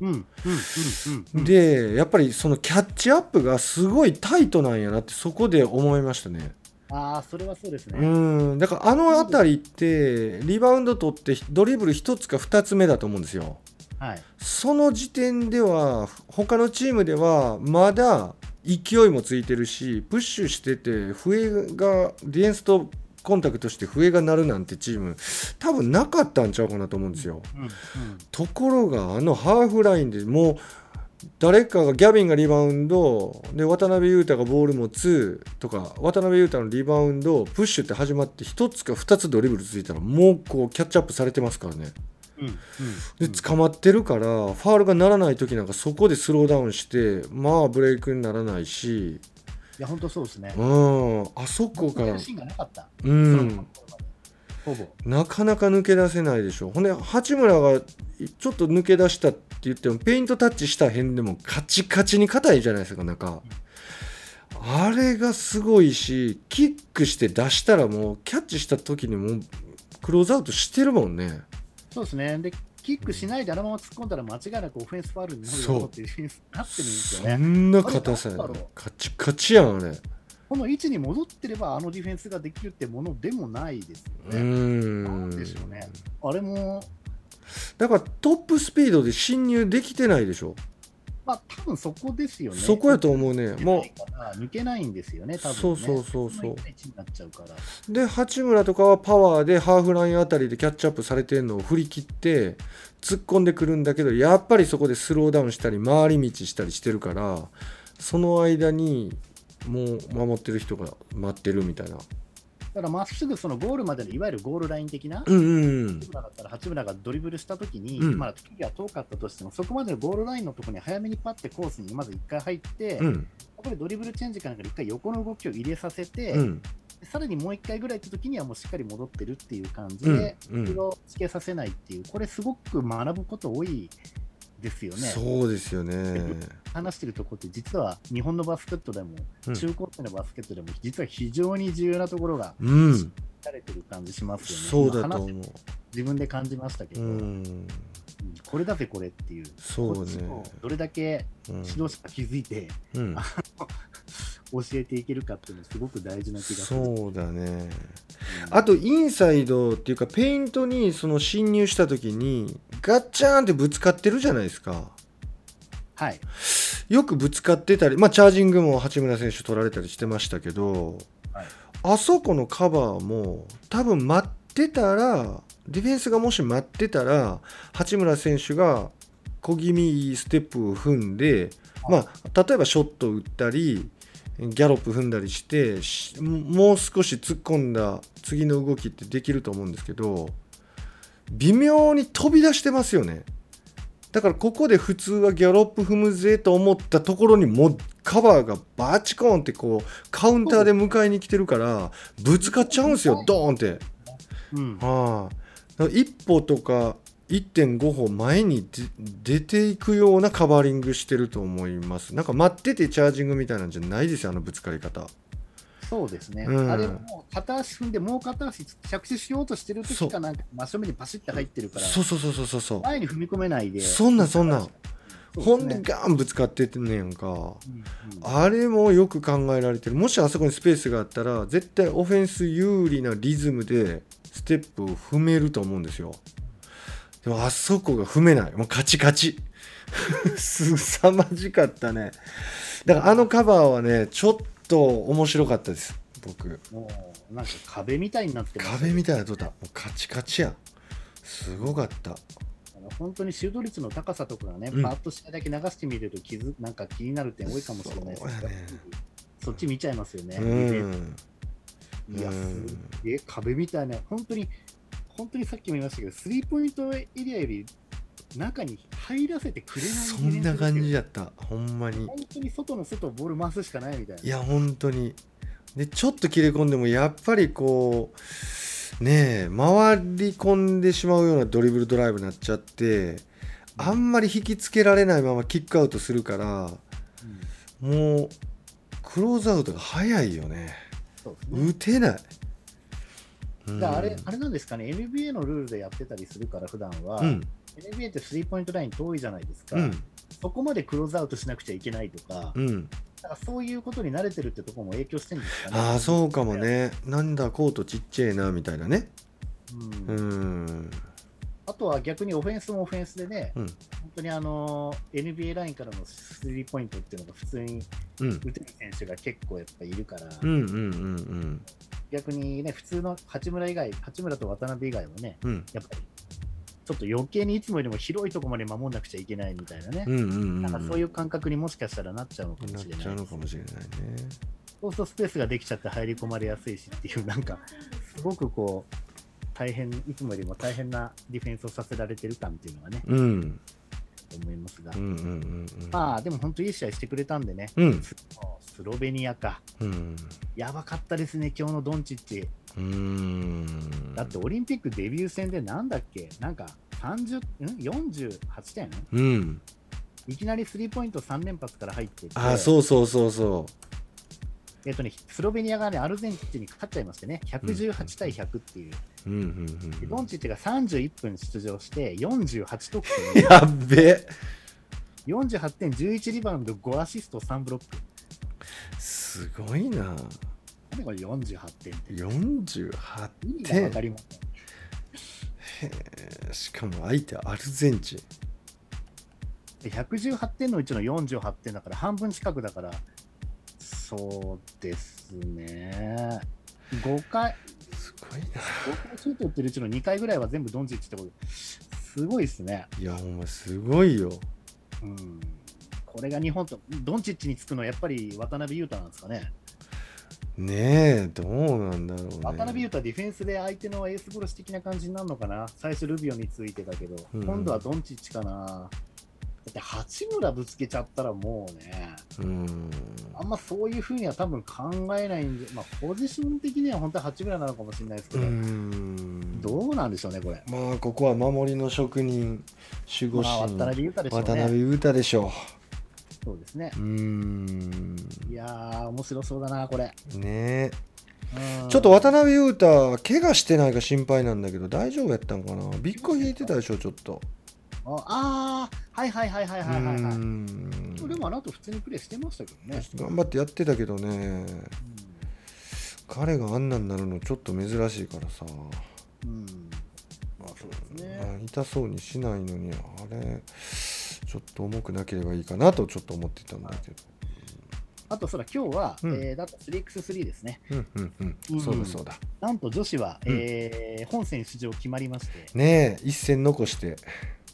Speaker 3: うんうんうんうん、
Speaker 2: でやっぱりそのキャッチアップがすごいタイトなんやなってそこで思いましたね。
Speaker 3: ああ、それはそうですね。
Speaker 2: うんだからあの辺りってリバウンド取ってドリブル1つか2つ目だと思うんですよ。
Speaker 3: はい。
Speaker 2: その時点では他のチームではまだ勢いもついてるしプッシュしてて笛がディフェンスとコンタクトして笛が鳴るなんてチーム多分なかったんちゃうかなと思うんですよ。
Speaker 3: うんうん、
Speaker 2: ところがあのハーフラインでもう誰かがギャビンがリバウンドで渡辺裕太がボール持つとか渡辺裕太のリバウンドプッシュって始まって1つか2つドリブルついたらもうこうキャッチアップされてますからね。
Speaker 3: うん、うん。
Speaker 2: で捕まってるからファールがならない時なんかそこでスローダウンしてまあブレイクにならないし、
Speaker 3: いや、本当そうですね。
Speaker 2: うん、あそこから
Speaker 3: やる、シーンがなかった。
Speaker 2: う、。
Speaker 3: うんほぼ。
Speaker 2: なかなか抜け出せないでしょほんで八村がちょっと抜け出したって言ってもペイントタッチした辺でもカチカチに硬いじゃないですか中あれがすごいしキックして出したらもうキャッチした時にもうクローズアウトしてるもんね
Speaker 3: そうですね。で、キックしないであのまま突っ込んだら間違いなくオフェンスファウルになるだろうっていうフェンスになってるんです
Speaker 2: そ
Speaker 3: よね。
Speaker 2: んな硬さや
Speaker 3: あれなんだろう
Speaker 2: カチカチやんあれ
Speaker 3: この位置に戻ってれば、あのディフェンスができるってものでもないです
Speaker 2: う
Speaker 3: よね。
Speaker 2: ー
Speaker 3: な
Speaker 2: ん
Speaker 3: んでしょうね。あれも、
Speaker 2: だからトップスピードで侵入できてないでしょ、
Speaker 3: まあ、多分そこですよね。
Speaker 2: そこやと思うねも
Speaker 3: う。抜けないんですよね、多分、ね。
Speaker 2: そうそうそうそう
Speaker 3: の位置になっちゃうから。
Speaker 2: うで八村とかはパワーでハーフラインあたりでキャッチアップされてるのを振り切って突っ込んでくるんだけどやっぱりそこでスローダウンしたり回り道したりしてるからその間にもう守ってる人が待ってるみたいな
Speaker 3: だからまっすぐそのゴールまでのいわゆるゴールライン的な、
Speaker 2: うんうん
Speaker 3: 八村だったら八村がドリブルしたときに、
Speaker 2: うん
Speaker 3: まあ、距離が遠かったとしても、そこまでのゴールラインのところに早めにパッてコースにまず1回入って、
Speaker 2: う
Speaker 3: こ
Speaker 2: ん
Speaker 3: こでドリブルチェンジかなんかで1回横の動きを入れさせて、
Speaker 2: うん
Speaker 3: さらにもう1回ぐらい行ったときにはもうしっかり戻ってるっていう感じ
Speaker 2: うん
Speaker 3: で、
Speaker 2: う
Speaker 3: それ
Speaker 2: ん
Speaker 3: をつけさせないっていう、これすごく学ぶこと多いですよね。
Speaker 2: そうですよ
Speaker 3: (laughs)
Speaker 2: ね
Speaker 3: 話してるところって実は日本のバスケットでも、
Speaker 2: うん
Speaker 3: 中高生のバスケットでも実は非常に重要なところが
Speaker 2: うん
Speaker 3: されてる感じしますよ
Speaker 2: そ
Speaker 3: ね。
Speaker 2: うだ
Speaker 3: 今
Speaker 2: と
Speaker 3: 話
Speaker 2: 思
Speaker 3: 自分で感じましたけ
Speaker 2: う
Speaker 3: ど、
Speaker 2: うん
Speaker 3: これだぜこれっていう、
Speaker 2: そ
Speaker 3: こ
Speaker 2: う
Speaker 3: っち
Speaker 2: ね
Speaker 3: をどれだけ
Speaker 2: うん
Speaker 3: 指導者が気づいて
Speaker 2: うん
Speaker 3: 教えていけるかっていうのすごく大事な気がする。
Speaker 2: そうだね
Speaker 3: うん
Speaker 2: あとインサイドっていうかペイントにその侵入した時にガッチャーンってぶつかってるじゃないですか
Speaker 3: はい、
Speaker 2: よくぶつかってたりまあチャージングも八村選手取られたりしてましたけど、
Speaker 3: はい
Speaker 2: あそこのカバーも多分待ってたらディフェンスがもし待ってたら八村選手が小気味いいステップを踏んで、まあ、例えばショット打ったりギャロップ踏んだりしてしもう少し突っ込んだ次の動きってできると思うんですけど微妙に飛び出してますよねだからここで普通はギャロップ踏むぜと思ったところにもうカバーがバチコーンってこうカウンターで迎えに来てるからぶつかっちゃうんですよドーンって。
Speaker 3: うん、
Speaker 2: ああ1歩とか1.5歩前にで出ていくようなカバーリングしてると思いますなんか待っててチャージングみたいなんじゃないですよあのぶつかり方
Speaker 3: そうですね、
Speaker 2: うん
Speaker 3: あれもう片足踏んで、もう片足着地しようとしてる時かなんか、真正面にパシッて入ってるから、
Speaker 2: そうそうそうそうそうそ
Speaker 3: 前に踏み込めないで、
Speaker 2: うそんなんそんなん、
Speaker 3: う
Speaker 2: ほ
Speaker 3: す
Speaker 2: ん
Speaker 3: ね
Speaker 2: でガーンぶつかってってんねやんか
Speaker 3: うんうん
Speaker 2: あれもよく考えられてるもしあそこにスペースがあったら絶対オフェンス有利なリズムでステップを踏めると思うんですよでもあそこが踏めないもうカチカチすさまじかったねだからあのカバーはねちょっと面白かったです僕
Speaker 3: もうなんか壁みたいになってます
Speaker 2: 壁みたいなとったもうカチカチやんすごかった
Speaker 3: あの本当にシュート率の高さとかがね、
Speaker 2: うん
Speaker 3: パーッと試合だけ流してみると気づ、なんか気になる点多いかもしれないですけど
Speaker 2: そうやね
Speaker 3: そっち見ちゃいますよね。
Speaker 2: う
Speaker 3: ディフェン
Speaker 2: ん
Speaker 3: スいや、
Speaker 2: うん
Speaker 3: すげえ壁みたいな、本当に、本当にさっきも言いましたけど、スリーポイントエリアより中に入らせてくれない
Speaker 2: そんな感じ
Speaker 3: だ。
Speaker 2: やったほんまに
Speaker 3: 本当に外の外をボール回すしかないみたい
Speaker 2: い
Speaker 3: な。
Speaker 2: や本当にでちょっと切れ込んでもやっぱりこうねえ回り込んでしまうようなドリブルドライブになっちゃってあんまり引きつけられないままキックアウトするから
Speaker 3: うん
Speaker 2: もうクローズアウトが早いよね
Speaker 3: そうですね
Speaker 2: 打てないうん
Speaker 3: だからあれあれなんですかね、NBA のルールでやってたりするから、普段は、
Speaker 2: うん、
Speaker 3: NBA ってスリーポイントライン遠いじゃないですか、
Speaker 2: うん、
Speaker 3: そこまでクローズアウトしなくちゃいけないとか、
Speaker 2: うん、
Speaker 3: なんかそういうことに慣れてるってところも影響してるんですかね。
Speaker 2: ああ、そうかもね。なんだ、コートちっちゃいなみたいなね。う
Speaker 3: うん
Speaker 2: ん、
Speaker 3: あとは逆にオフェンスもオフェンスでね、
Speaker 2: うん、
Speaker 3: 本当にあの NBA ラインからのスリーポイントっていうのが普通に
Speaker 2: うん、
Speaker 3: 打てる選手が結構やっぱいるから、
Speaker 2: うん、うん、うん、
Speaker 3: 逆にね、普通の八村以外、八村と渡辺以外はね、
Speaker 2: うん、
Speaker 3: やっぱりちょっと余計にいつもよりも広いところまで守んなくちゃいけないみたいなね、
Speaker 2: うん、うん、
Speaker 3: なんかそういう感覚にもしかしたらなっちゃうのかも
Speaker 2: なっ
Speaker 3: しれない
Speaker 2: ちゃう。のかもしれないね。
Speaker 3: そうするとスペースができちゃって入り込まれやすいしっていう、なんか、すごくこう、大変、いつもよりも大変なディフェンスをさせられてる感っていうのがね、
Speaker 2: うん、
Speaker 3: 思いますが
Speaker 2: うん、う。ん、うん、うん。
Speaker 3: まあ、でも本当いい試合してくれたんでね、
Speaker 2: うん、
Speaker 3: スロベニアか。
Speaker 2: うん、
Speaker 3: やばかったですね、今日のドンチッチ。
Speaker 2: うん。
Speaker 3: だってオリンピックデビュー戦でなんだっけ、なんか30、ん ?48 点
Speaker 2: うん。
Speaker 3: いきなりスリーポイント3連発から入ってって
Speaker 2: ああ、そうそうそうそ
Speaker 3: えっとね、スロベニアがね、アルゼンチンに勝っちゃいましてね、118対100っていう。
Speaker 2: う。うん、うん、
Speaker 3: で
Speaker 2: う
Speaker 3: ド
Speaker 2: ん
Speaker 3: ン。チッチが31分出場して、48得
Speaker 2: (laughs)
Speaker 3: 点、
Speaker 2: やっべ
Speaker 3: 48点、11リバウンド、5アシスト、3ブロック。
Speaker 2: すごいな。
Speaker 3: 何これ48点って。
Speaker 2: 48
Speaker 3: 意味がわ
Speaker 2: 点
Speaker 3: か。りません。
Speaker 2: しかも相手アルゼンチン。
Speaker 3: で118点のうちの48点だから半分近くだからそうですね5回
Speaker 2: すごいな。
Speaker 3: 5回シュート打ってるうちの2回ぐらいは全部ドンジッチってことすごいですね、
Speaker 2: いや、お前すごいよ。
Speaker 3: うん、これが日本とドンチッチにつくのはやっぱり渡辺裕太なんですかね
Speaker 2: ねえ、どうなんだろうね。
Speaker 3: 渡辺裕太はディフェンスで相手のエース殺し的な感じになるのかな最初ルビオについてだけど、
Speaker 2: うん
Speaker 3: 今度はドンチッチかなだって八村ぶつけちゃったらもうね
Speaker 2: うん。
Speaker 3: あんまそういうふうには多分考えないんで、まあ、ポジション的には本当は八村なのかもしれないですけ
Speaker 2: う
Speaker 3: ど、
Speaker 2: ん。
Speaker 3: どうなんでしょうね、これ。
Speaker 2: まあ、ここは守りの職人、守護
Speaker 3: まあ、渡
Speaker 2: 神、
Speaker 3: 辺裕太でしょう
Speaker 2: 渡
Speaker 3: ね。
Speaker 2: 辺裕太でしょ
Speaker 3: そうですね
Speaker 2: う。。うん。
Speaker 3: いやー、面白そうだな、これ。
Speaker 2: ねえ。
Speaker 3: うん
Speaker 2: ちょっと渡辺裕太、怪我してないか心配なんだけど、大丈夫やったんかなビッグ引いてたでしょ、ちょっと。
Speaker 3: ああー、はいはいはいはいうはいはい、
Speaker 2: ー
Speaker 3: はい。
Speaker 2: ん
Speaker 3: でもあの後普通にプレーしてましたけどね。
Speaker 2: 頑張ってやってたけどね、彼があんなになるのちょっと珍しいからさ、
Speaker 3: うん。うんまあそうです
Speaker 2: まあ
Speaker 3: ね。
Speaker 2: 痛そうにしないのに、あれ、ちょっと重くなければいいかなとちょっと思ってたんだけど。
Speaker 3: あと、そら、今日は、
Speaker 2: うん
Speaker 3: えー、だと 3x3 ですね。
Speaker 2: うんうんう、
Speaker 3: うんん
Speaker 2: そうだそうだ。
Speaker 3: なんと女子は、
Speaker 2: うん
Speaker 3: えー本選出場決まりまして、
Speaker 2: ねえ、一戦残して。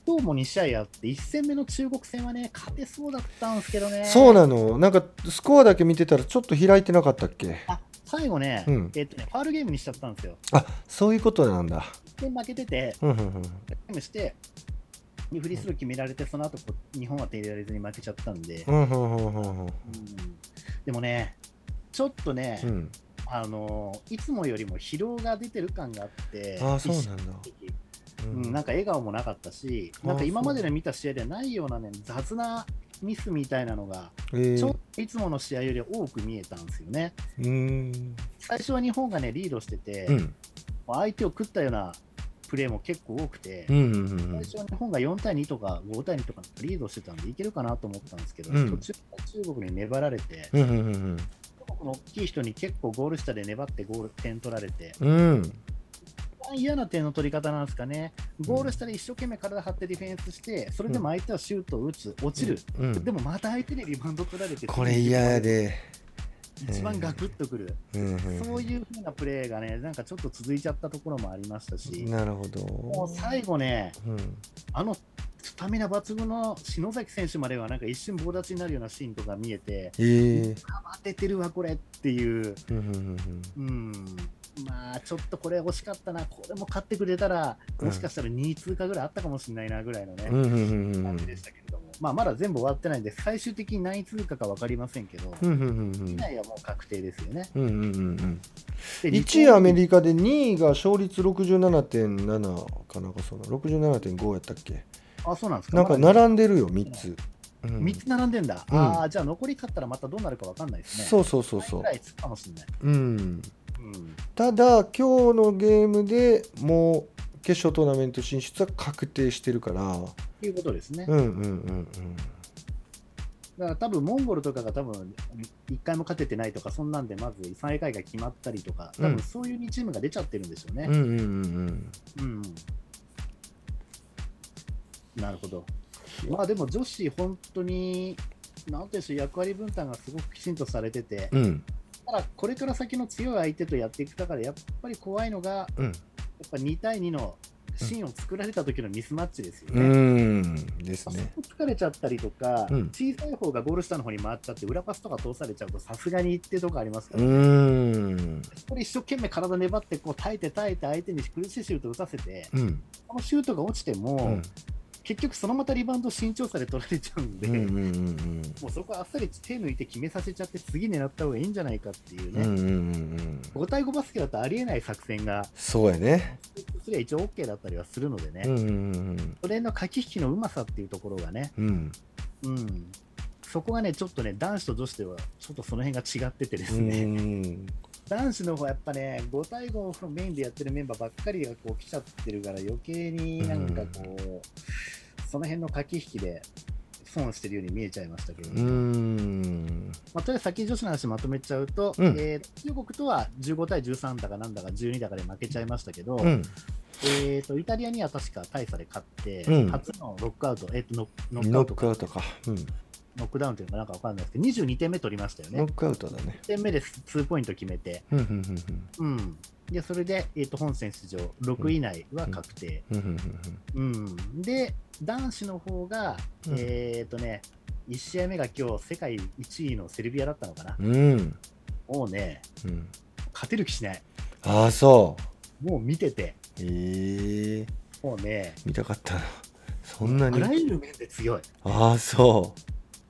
Speaker 3: 今日も2試合あって、1戦目の中国戦はね、勝てそうだったんですけどね。
Speaker 2: そうなの、なんかスコアだけ見てたらちょっと開いてなかったっけ
Speaker 3: あ最後ね、
Speaker 2: うん
Speaker 3: えっとね、ファールゲームにしちゃったんですよ。
Speaker 2: あそういうことなんだ。
Speaker 3: で、負けてて、
Speaker 2: うんうんうん
Speaker 3: ゲームして、フリースロー決められて、その後こう日本は手入れられずに負けちゃったんで、
Speaker 2: うんうんうんうんうん
Speaker 3: うんでもね、ちょっとね、
Speaker 2: うん、
Speaker 3: あのーいつもよりも疲労が出てる感があって、
Speaker 2: ああそうなんだ、
Speaker 3: 一時
Speaker 2: う
Speaker 3: うん、なんか笑顔もなかったし、なんか今までの見た試合ではないようなね、雑なミスみたいなのが、
Speaker 2: えー
Speaker 3: ちょっといつもの試合より多く見えたんですよね。
Speaker 2: うーん
Speaker 3: 最初は日本がね、リードしてて、
Speaker 2: うん
Speaker 3: 相手を食ったようなプレーも結構多くて、
Speaker 2: うんうんうんうん
Speaker 3: 最初は日本が4対2とか5対2とかリードしてたんで、いけるかなと思ったんですけど、
Speaker 2: うん
Speaker 3: 途中から中国に粘られて、
Speaker 2: うんうん
Speaker 3: 中国の大きい人に結構ゴール下で粘ってゴール点取られて、
Speaker 2: うんうん
Speaker 3: 一番嫌な点の取り方なんですかね、ゴール下で一生懸命体張ってディフェンスして、それでも相手はシュートを打つ、落ちる、
Speaker 2: うん
Speaker 3: でもまた相手にリバウンド取られて、
Speaker 2: これ嫌や、で、
Speaker 3: 一番ガクッとくる、
Speaker 2: うん
Speaker 3: そういう風なプレーがね、なんかちょっと続いちゃったところもありましたし、
Speaker 2: なるほ
Speaker 3: もう
Speaker 2: ど、
Speaker 3: 最後ね、
Speaker 2: うん、
Speaker 3: あのスタミナ抜群の篠崎選手まではなんか一瞬棒立ちになるようなシーンとか見えて、
Speaker 2: えー
Speaker 3: あ当ててるわ、これっていう、
Speaker 2: うんうんうん
Speaker 3: うん、まあちょっとこれ惜しかったな、これも勝ってくれたら、
Speaker 2: うん
Speaker 3: もしかしたら2位通過ぐらいあったかもしれないなぐらいのね、
Speaker 2: うんうんうんうん
Speaker 3: 感じでしたけれども、まあ、まだ全部終わってないんで、最終的に何位通過か分かりませんけど、
Speaker 2: うんうんうんうん
Speaker 3: 以内はもう確定ですよね。
Speaker 2: うんうんうんうん
Speaker 3: で
Speaker 2: 1位アメ
Speaker 3: リ
Speaker 2: リカで2位が勝率67.7かなんかそうな67.5やったっけ
Speaker 3: カあそうなんですか、
Speaker 2: なんか
Speaker 3: まだ
Speaker 2: 並んでるよ3つ、うん
Speaker 3: 3つ並んでんだ、
Speaker 2: うん
Speaker 3: ああ、じゃあ残り勝ったらまたどうなるか分かんないですね。
Speaker 2: そうそうそうそう
Speaker 3: ぐらいつくかもしれない。
Speaker 2: うん
Speaker 3: うんうん、
Speaker 2: ただ今日のゲームでもう決勝トーナメント進出は確定してるから
Speaker 3: ということですね。
Speaker 2: うんうんうん
Speaker 3: だから多分モンゴルとかが多分1回も勝ててないとか、そんなんでまず最下位が決まったりとか、多
Speaker 2: うん
Speaker 3: 分そういう2チームが出ちゃってるんでしょう
Speaker 2: うんうんう
Speaker 3: ね。
Speaker 2: んうん
Speaker 3: うんなるほど。まあでも女子、本当に、なんていうんでしょう、役割分担がすごくきちんとされてて、
Speaker 2: うん
Speaker 3: ただこれから先の強い相手とやっていくだから、やっぱり怖いのが、や
Speaker 2: うん
Speaker 3: っぱ2対2のシーンを作られた時のミスマッチですよ
Speaker 2: う
Speaker 3: ね。
Speaker 2: んです
Speaker 3: あそ
Speaker 2: ね
Speaker 3: こ疲れちゃったりとか、
Speaker 2: うん
Speaker 3: 小さい方がゴール下の方に回っちゃって、裏パスとか通されちゃうと、さすがにってとこありますか
Speaker 2: う
Speaker 3: ら、
Speaker 2: ん
Speaker 3: これ一生懸命体粘って、こう耐えて耐えて、相手に苦しいシュート打たせて、
Speaker 2: うん
Speaker 3: このシュートが落ちても、
Speaker 2: うん
Speaker 3: 結局そのまたリバウンド身長差で取られちゃうんで、
Speaker 2: うんうんう
Speaker 3: も
Speaker 2: ん
Speaker 3: うそこはあっさり手抜いて決めさせちゃって、次狙った方がいいんじゃないかっていう
Speaker 2: うんうんう
Speaker 3: ね、
Speaker 2: んうん
Speaker 3: 5対5バスケだとありえない作戦が、
Speaker 2: そうやね
Speaker 3: すりゃ一応 OK だったりはするのでね、
Speaker 2: うんうん
Speaker 3: それの駆け引きのうまさっていうところがね、
Speaker 2: うんうん
Speaker 3: うん、そこがね、ちょっとね、男子と女子では、ちょっとその辺が違っててで
Speaker 2: う
Speaker 3: すね、
Speaker 2: ん
Speaker 3: 男子の方はやっぱね、5対5のメインでやってるメンバーばっかりがこう来ちゃってるから、余計になんかこう、その辺の駆け引きで損してるように見えちゃいましたけど、
Speaker 2: うん
Speaker 3: まあ、とりあえず先に女子の話まとめちゃうと、
Speaker 2: うん
Speaker 3: えー中国とは15対13だかなんだか12だかで負けちゃいましたけど、
Speaker 2: うん
Speaker 3: えー、とイタリアには確か大差で勝って、
Speaker 2: うん
Speaker 3: 初のロックアウト、えー、とノノックア
Speaker 2: ノ
Speaker 3: ウト
Speaker 2: ックアウトかうん
Speaker 3: ノックダウンというのかなんかわかんないですけど、22点目取りましたよね
Speaker 2: ノ。ックアウトだね
Speaker 3: 1点目で2ポイント決めて、
Speaker 2: うんうんうん
Speaker 3: うん、でそれで、えー、と本戦出場、6位以内は確定、
Speaker 2: うんうん
Speaker 3: うんで男子の方が、
Speaker 2: うん
Speaker 3: えっ、とね、1試合目が今日世界1位のセルビアだったのかな、
Speaker 2: うんうん
Speaker 3: もうね、
Speaker 2: うん
Speaker 3: 勝てる気しない、
Speaker 2: ああそ
Speaker 3: もう見てて、
Speaker 2: うええ
Speaker 3: もうね、
Speaker 2: 見たかったなそんな
Speaker 3: あら
Speaker 2: に
Speaker 3: ゆる面で強い、こ
Speaker 2: ああそ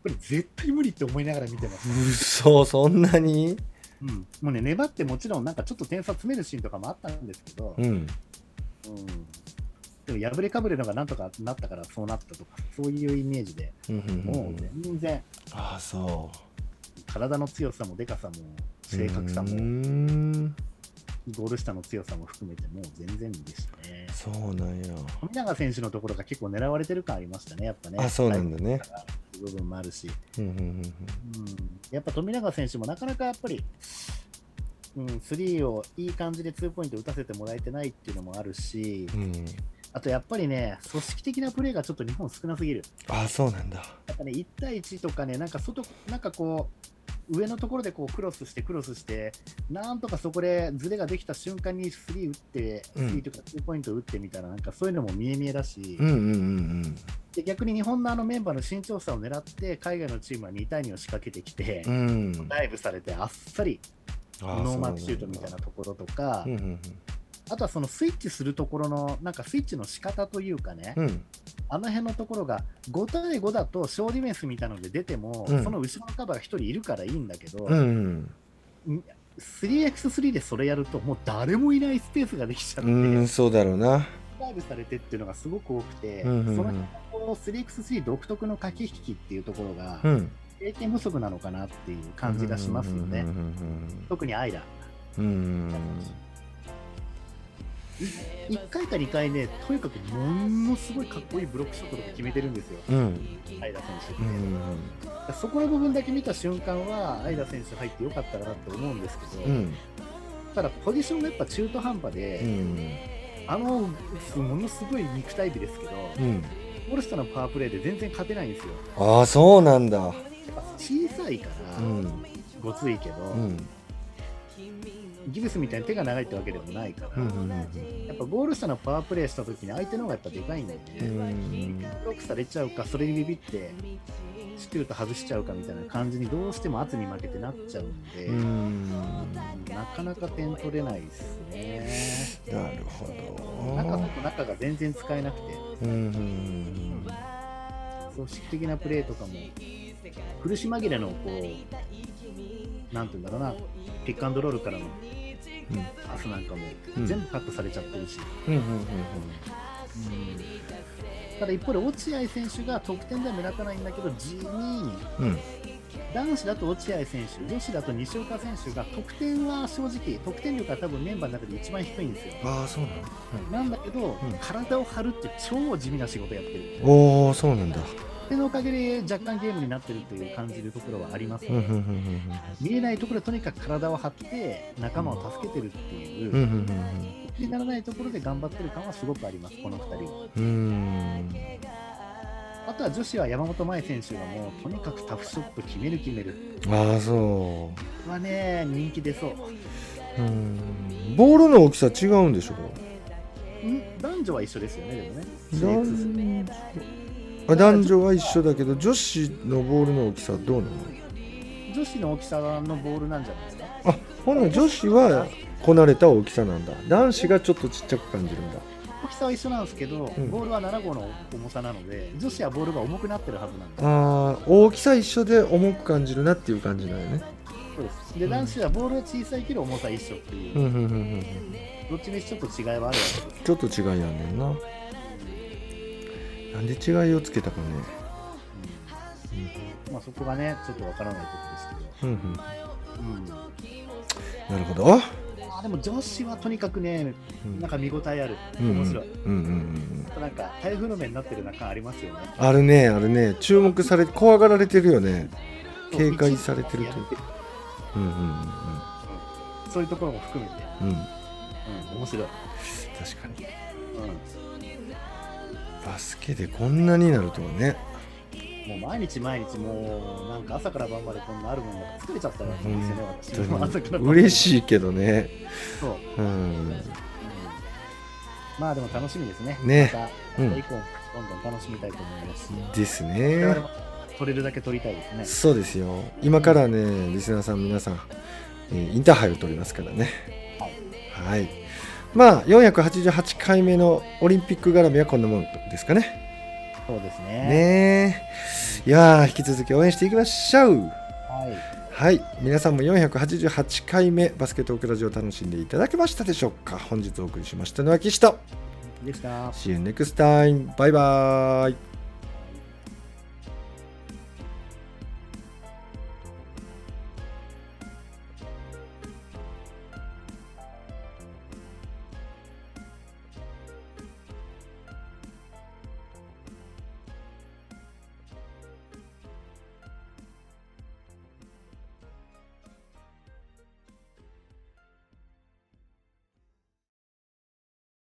Speaker 3: れ絶対無理って思いながら見てます、
Speaker 2: ううそそんなに
Speaker 3: うん、もうね、粘ってもちろん、なんかちょっと点差詰めるシーンとかもあったんですけど、
Speaker 2: うん
Speaker 3: うん、でも破れかぶれのがなんとかなったからそうなったとか、そういうイメージで、
Speaker 2: うんうんうん
Speaker 3: もう全然
Speaker 2: ああそう
Speaker 3: 体の強さもでかさも正確さ
Speaker 2: うー
Speaker 3: も
Speaker 2: ん
Speaker 3: ゴール下の強さも含めてもう全然でしたね。
Speaker 2: そうなんや
Speaker 3: 富永選手のところが結構狙われてる感ありましたね、やっぱね。
Speaker 2: あそうなん
Speaker 3: だ。
Speaker 2: だね
Speaker 3: 部分もあるし、
Speaker 2: うんうんうんうん
Speaker 3: うん、やっぱ富永選手もなかなかやっぱり、うん、スリーをいい感じでツーポイント打たせてもらえてないっていうのもあるし、
Speaker 2: うん
Speaker 3: あとやっぱりね、組織的なプレーがちょっと日本少なすぎる。
Speaker 2: ああそうなんだ
Speaker 3: やっぱね、1対1とかね、なんか外、なんかこう、上のところでこうクロスして、クロスして、なんとかそこでズレができた瞬間にスリー打って、ス
Speaker 2: う
Speaker 3: リ
Speaker 2: ん
Speaker 3: ーとかツーポイント打ってみたいな、なんかそういうのも見え見えだし、
Speaker 2: うんうんうん
Speaker 3: で逆に日本のあのメンバーの身長差を狙って、海外のチームは2対2を仕掛けてきて
Speaker 2: う、んうん
Speaker 3: ダイブされて、あっさりノーマークシュートみたいなところとか、
Speaker 2: うんうん
Speaker 3: あとはそのスイッチするところの、なんかスイッチの仕方というかね、
Speaker 2: うんうん
Speaker 3: あの辺のところが5対5だと小ディフェンスみたいなので出ても、
Speaker 2: うん
Speaker 3: その後ろのカバーが1人いるからいいんだけど、
Speaker 2: うん
Speaker 3: 3x3 でそれやるともう誰もいないスペースができちゃっ
Speaker 2: う
Speaker 3: て、
Speaker 2: んうんそうだろうな
Speaker 3: ダイブされてっていうのがすごく多くて、
Speaker 2: うんうん
Speaker 3: その
Speaker 2: う
Speaker 3: 辺
Speaker 2: ん
Speaker 3: のこの 3x3 独特の駆け引きっていうところが
Speaker 2: うん
Speaker 3: 経験不足なのかなっていう感じがしますよね。
Speaker 2: うんうんうん
Speaker 3: 特にアイラ
Speaker 2: うんうん
Speaker 3: 1回か2回ね、とにかくものすごいかっこいいブロックショットとか決めてるんですよ、
Speaker 2: うんうん
Speaker 3: アイラ選手って
Speaker 2: う。ん
Speaker 3: そこの部分だけ見た瞬間は、アイラ選手入ってよかったかなと思うんですけど、
Speaker 2: うん
Speaker 3: ただポジションがやっぱ中途半端で、
Speaker 2: うん
Speaker 3: あのものすごい肉体美ですけど、
Speaker 2: うん
Speaker 3: オールスターのパワープレーで全然勝てないんですよ。
Speaker 2: ああそうなんだ
Speaker 3: やっぱ小さいから、
Speaker 2: うん
Speaker 3: ごついけど、
Speaker 2: うん
Speaker 3: ギブスみたいに手が長いってわけでもないから、
Speaker 2: うんうん
Speaker 3: やっぱゴール下のパワープレーした時に相手の方がやっぱでかいんで、
Speaker 2: うんうん
Speaker 3: ブロックされちゃうか、それにビビって、シュート外しちゃうかみたいな感じにどうしても圧に負けてなっちゃうんで、
Speaker 2: うん
Speaker 3: なかなか点取れないですね。
Speaker 2: なるほ
Speaker 3: 中
Speaker 2: ど
Speaker 3: と中が全然使えなくて、
Speaker 2: うんうんうん
Speaker 3: 組織的なプレーとかも、苦し紛れのこう、なんていうんだろうな、ピックアンドロールからのパスなんかも
Speaker 2: うん
Speaker 3: 全部カットされちゃってるし、
Speaker 2: うんうんうん
Speaker 3: ただ一方で落合選手が得点では目立たないんだけど、地味に
Speaker 2: うんうん
Speaker 3: 男子だと落合選手、女子だと西岡選手が得点は正直、得点力は多分メンバーの中で一番低いんですよ。
Speaker 2: ああそうな
Speaker 3: なんだけど、
Speaker 2: ん
Speaker 3: 体を張るって超地味な仕事やってる。
Speaker 2: のおおそうなんだ
Speaker 3: それのおかげで若干ゲームになってるという感じるところはあります
Speaker 2: うん
Speaker 3: ね、
Speaker 2: うんうんうん
Speaker 3: 見えないところでとにかく体を張って仲間を助けてるっていう、
Speaker 2: うんうんうん
Speaker 3: 気にならないところで頑張ってる感はすごくあります、この2人は。
Speaker 2: うんうーん
Speaker 3: あとは女子は山本麻衣選手がもうとにかくタフショット決める決める。
Speaker 2: ああそ
Speaker 3: これはね、人気出そう。
Speaker 2: ううんボールの大きさ違うんでしょ
Speaker 3: ん男女は一緒ですよね、でもね。
Speaker 2: 男
Speaker 3: シェイプ
Speaker 2: あ男女は一緒だけど女子のボールの大きさはどうなの
Speaker 3: 女子の大きさのボールなんじゃないですか。
Speaker 2: あほんなら女子はこなれた大きさなんだ男子がちょっとちっちゃく感じるんだ
Speaker 3: 大きさは一緒なんですけど、
Speaker 2: ん
Speaker 3: ボールは7号の重さなので、女子はボールが重くなってるはずなんで
Speaker 2: あー大きさ一緒で重く感じるなっていう感じなんよね
Speaker 3: そうです。で、男子はボールは小さいけど重さ一緒っていう、
Speaker 2: うんうんうんうん
Speaker 3: どっちにしちょっと違いはあるわけです。
Speaker 2: ちょっと違いやんねんななんで違いをつけたかね
Speaker 3: うんまあ、そこがね、ちょっとわからないところで
Speaker 2: う
Speaker 3: す
Speaker 2: んうん
Speaker 3: けど、うん
Speaker 2: なるほど
Speaker 3: まあ、でも女子はとにかくね、
Speaker 2: うん
Speaker 3: なんか見応えある、
Speaker 2: うんうん
Speaker 3: 面白い。
Speaker 2: うんうんうん
Speaker 3: なんか台風の目になってる中ありますよね。
Speaker 2: あるねあるね注目され怖がられてるよね警戒されてるというかうんうんうん
Speaker 3: そういうところも含めて、
Speaker 2: うんうん
Speaker 3: うん、面白い。
Speaker 2: 確かに
Speaker 3: う
Speaker 2: バスケでこんなになるとはね
Speaker 3: ん、もう毎日毎日もうなんか朝から晩までこんなあるもんだから疲れちゃったらいいんですよね、私
Speaker 2: 本
Speaker 3: も
Speaker 2: 当
Speaker 3: 朝から晩 (laughs)
Speaker 2: に
Speaker 3: まで
Speaker 2: 嬉しいけどね
Speaker 3: そう、うん
Speaker 2: うん
Speaker 3: まあでも楽しみですね。
Speaker 2: ね
Speaker 3: また、
Speaker 2: うん
Speaker 3: 以降どんどん楽しみたいと思いますし、
Speaker 2: です
Speaker 3: 我々
Speaker 2: ね
Speaker 3: も取れるだけ取りたいですね。
Speaker 2: そうですよ今からねリスナーさん皆さん、えーインターハイを取りますからねはい、まあ488回目のオリンピック絡みはこんなもんですかね
Speaker 3: そうですね。
Speaker 2: ねえいやー引き続き応援していきましょう
Speaker 3: はい。
Speaker 2: はい皆さんも488回目バスケットオクラジオを楽しんでいただけましたでしょうか本日お送りしましたのは岸と
Speaker 3: でした。
Speaker 2: See you next time バイバイ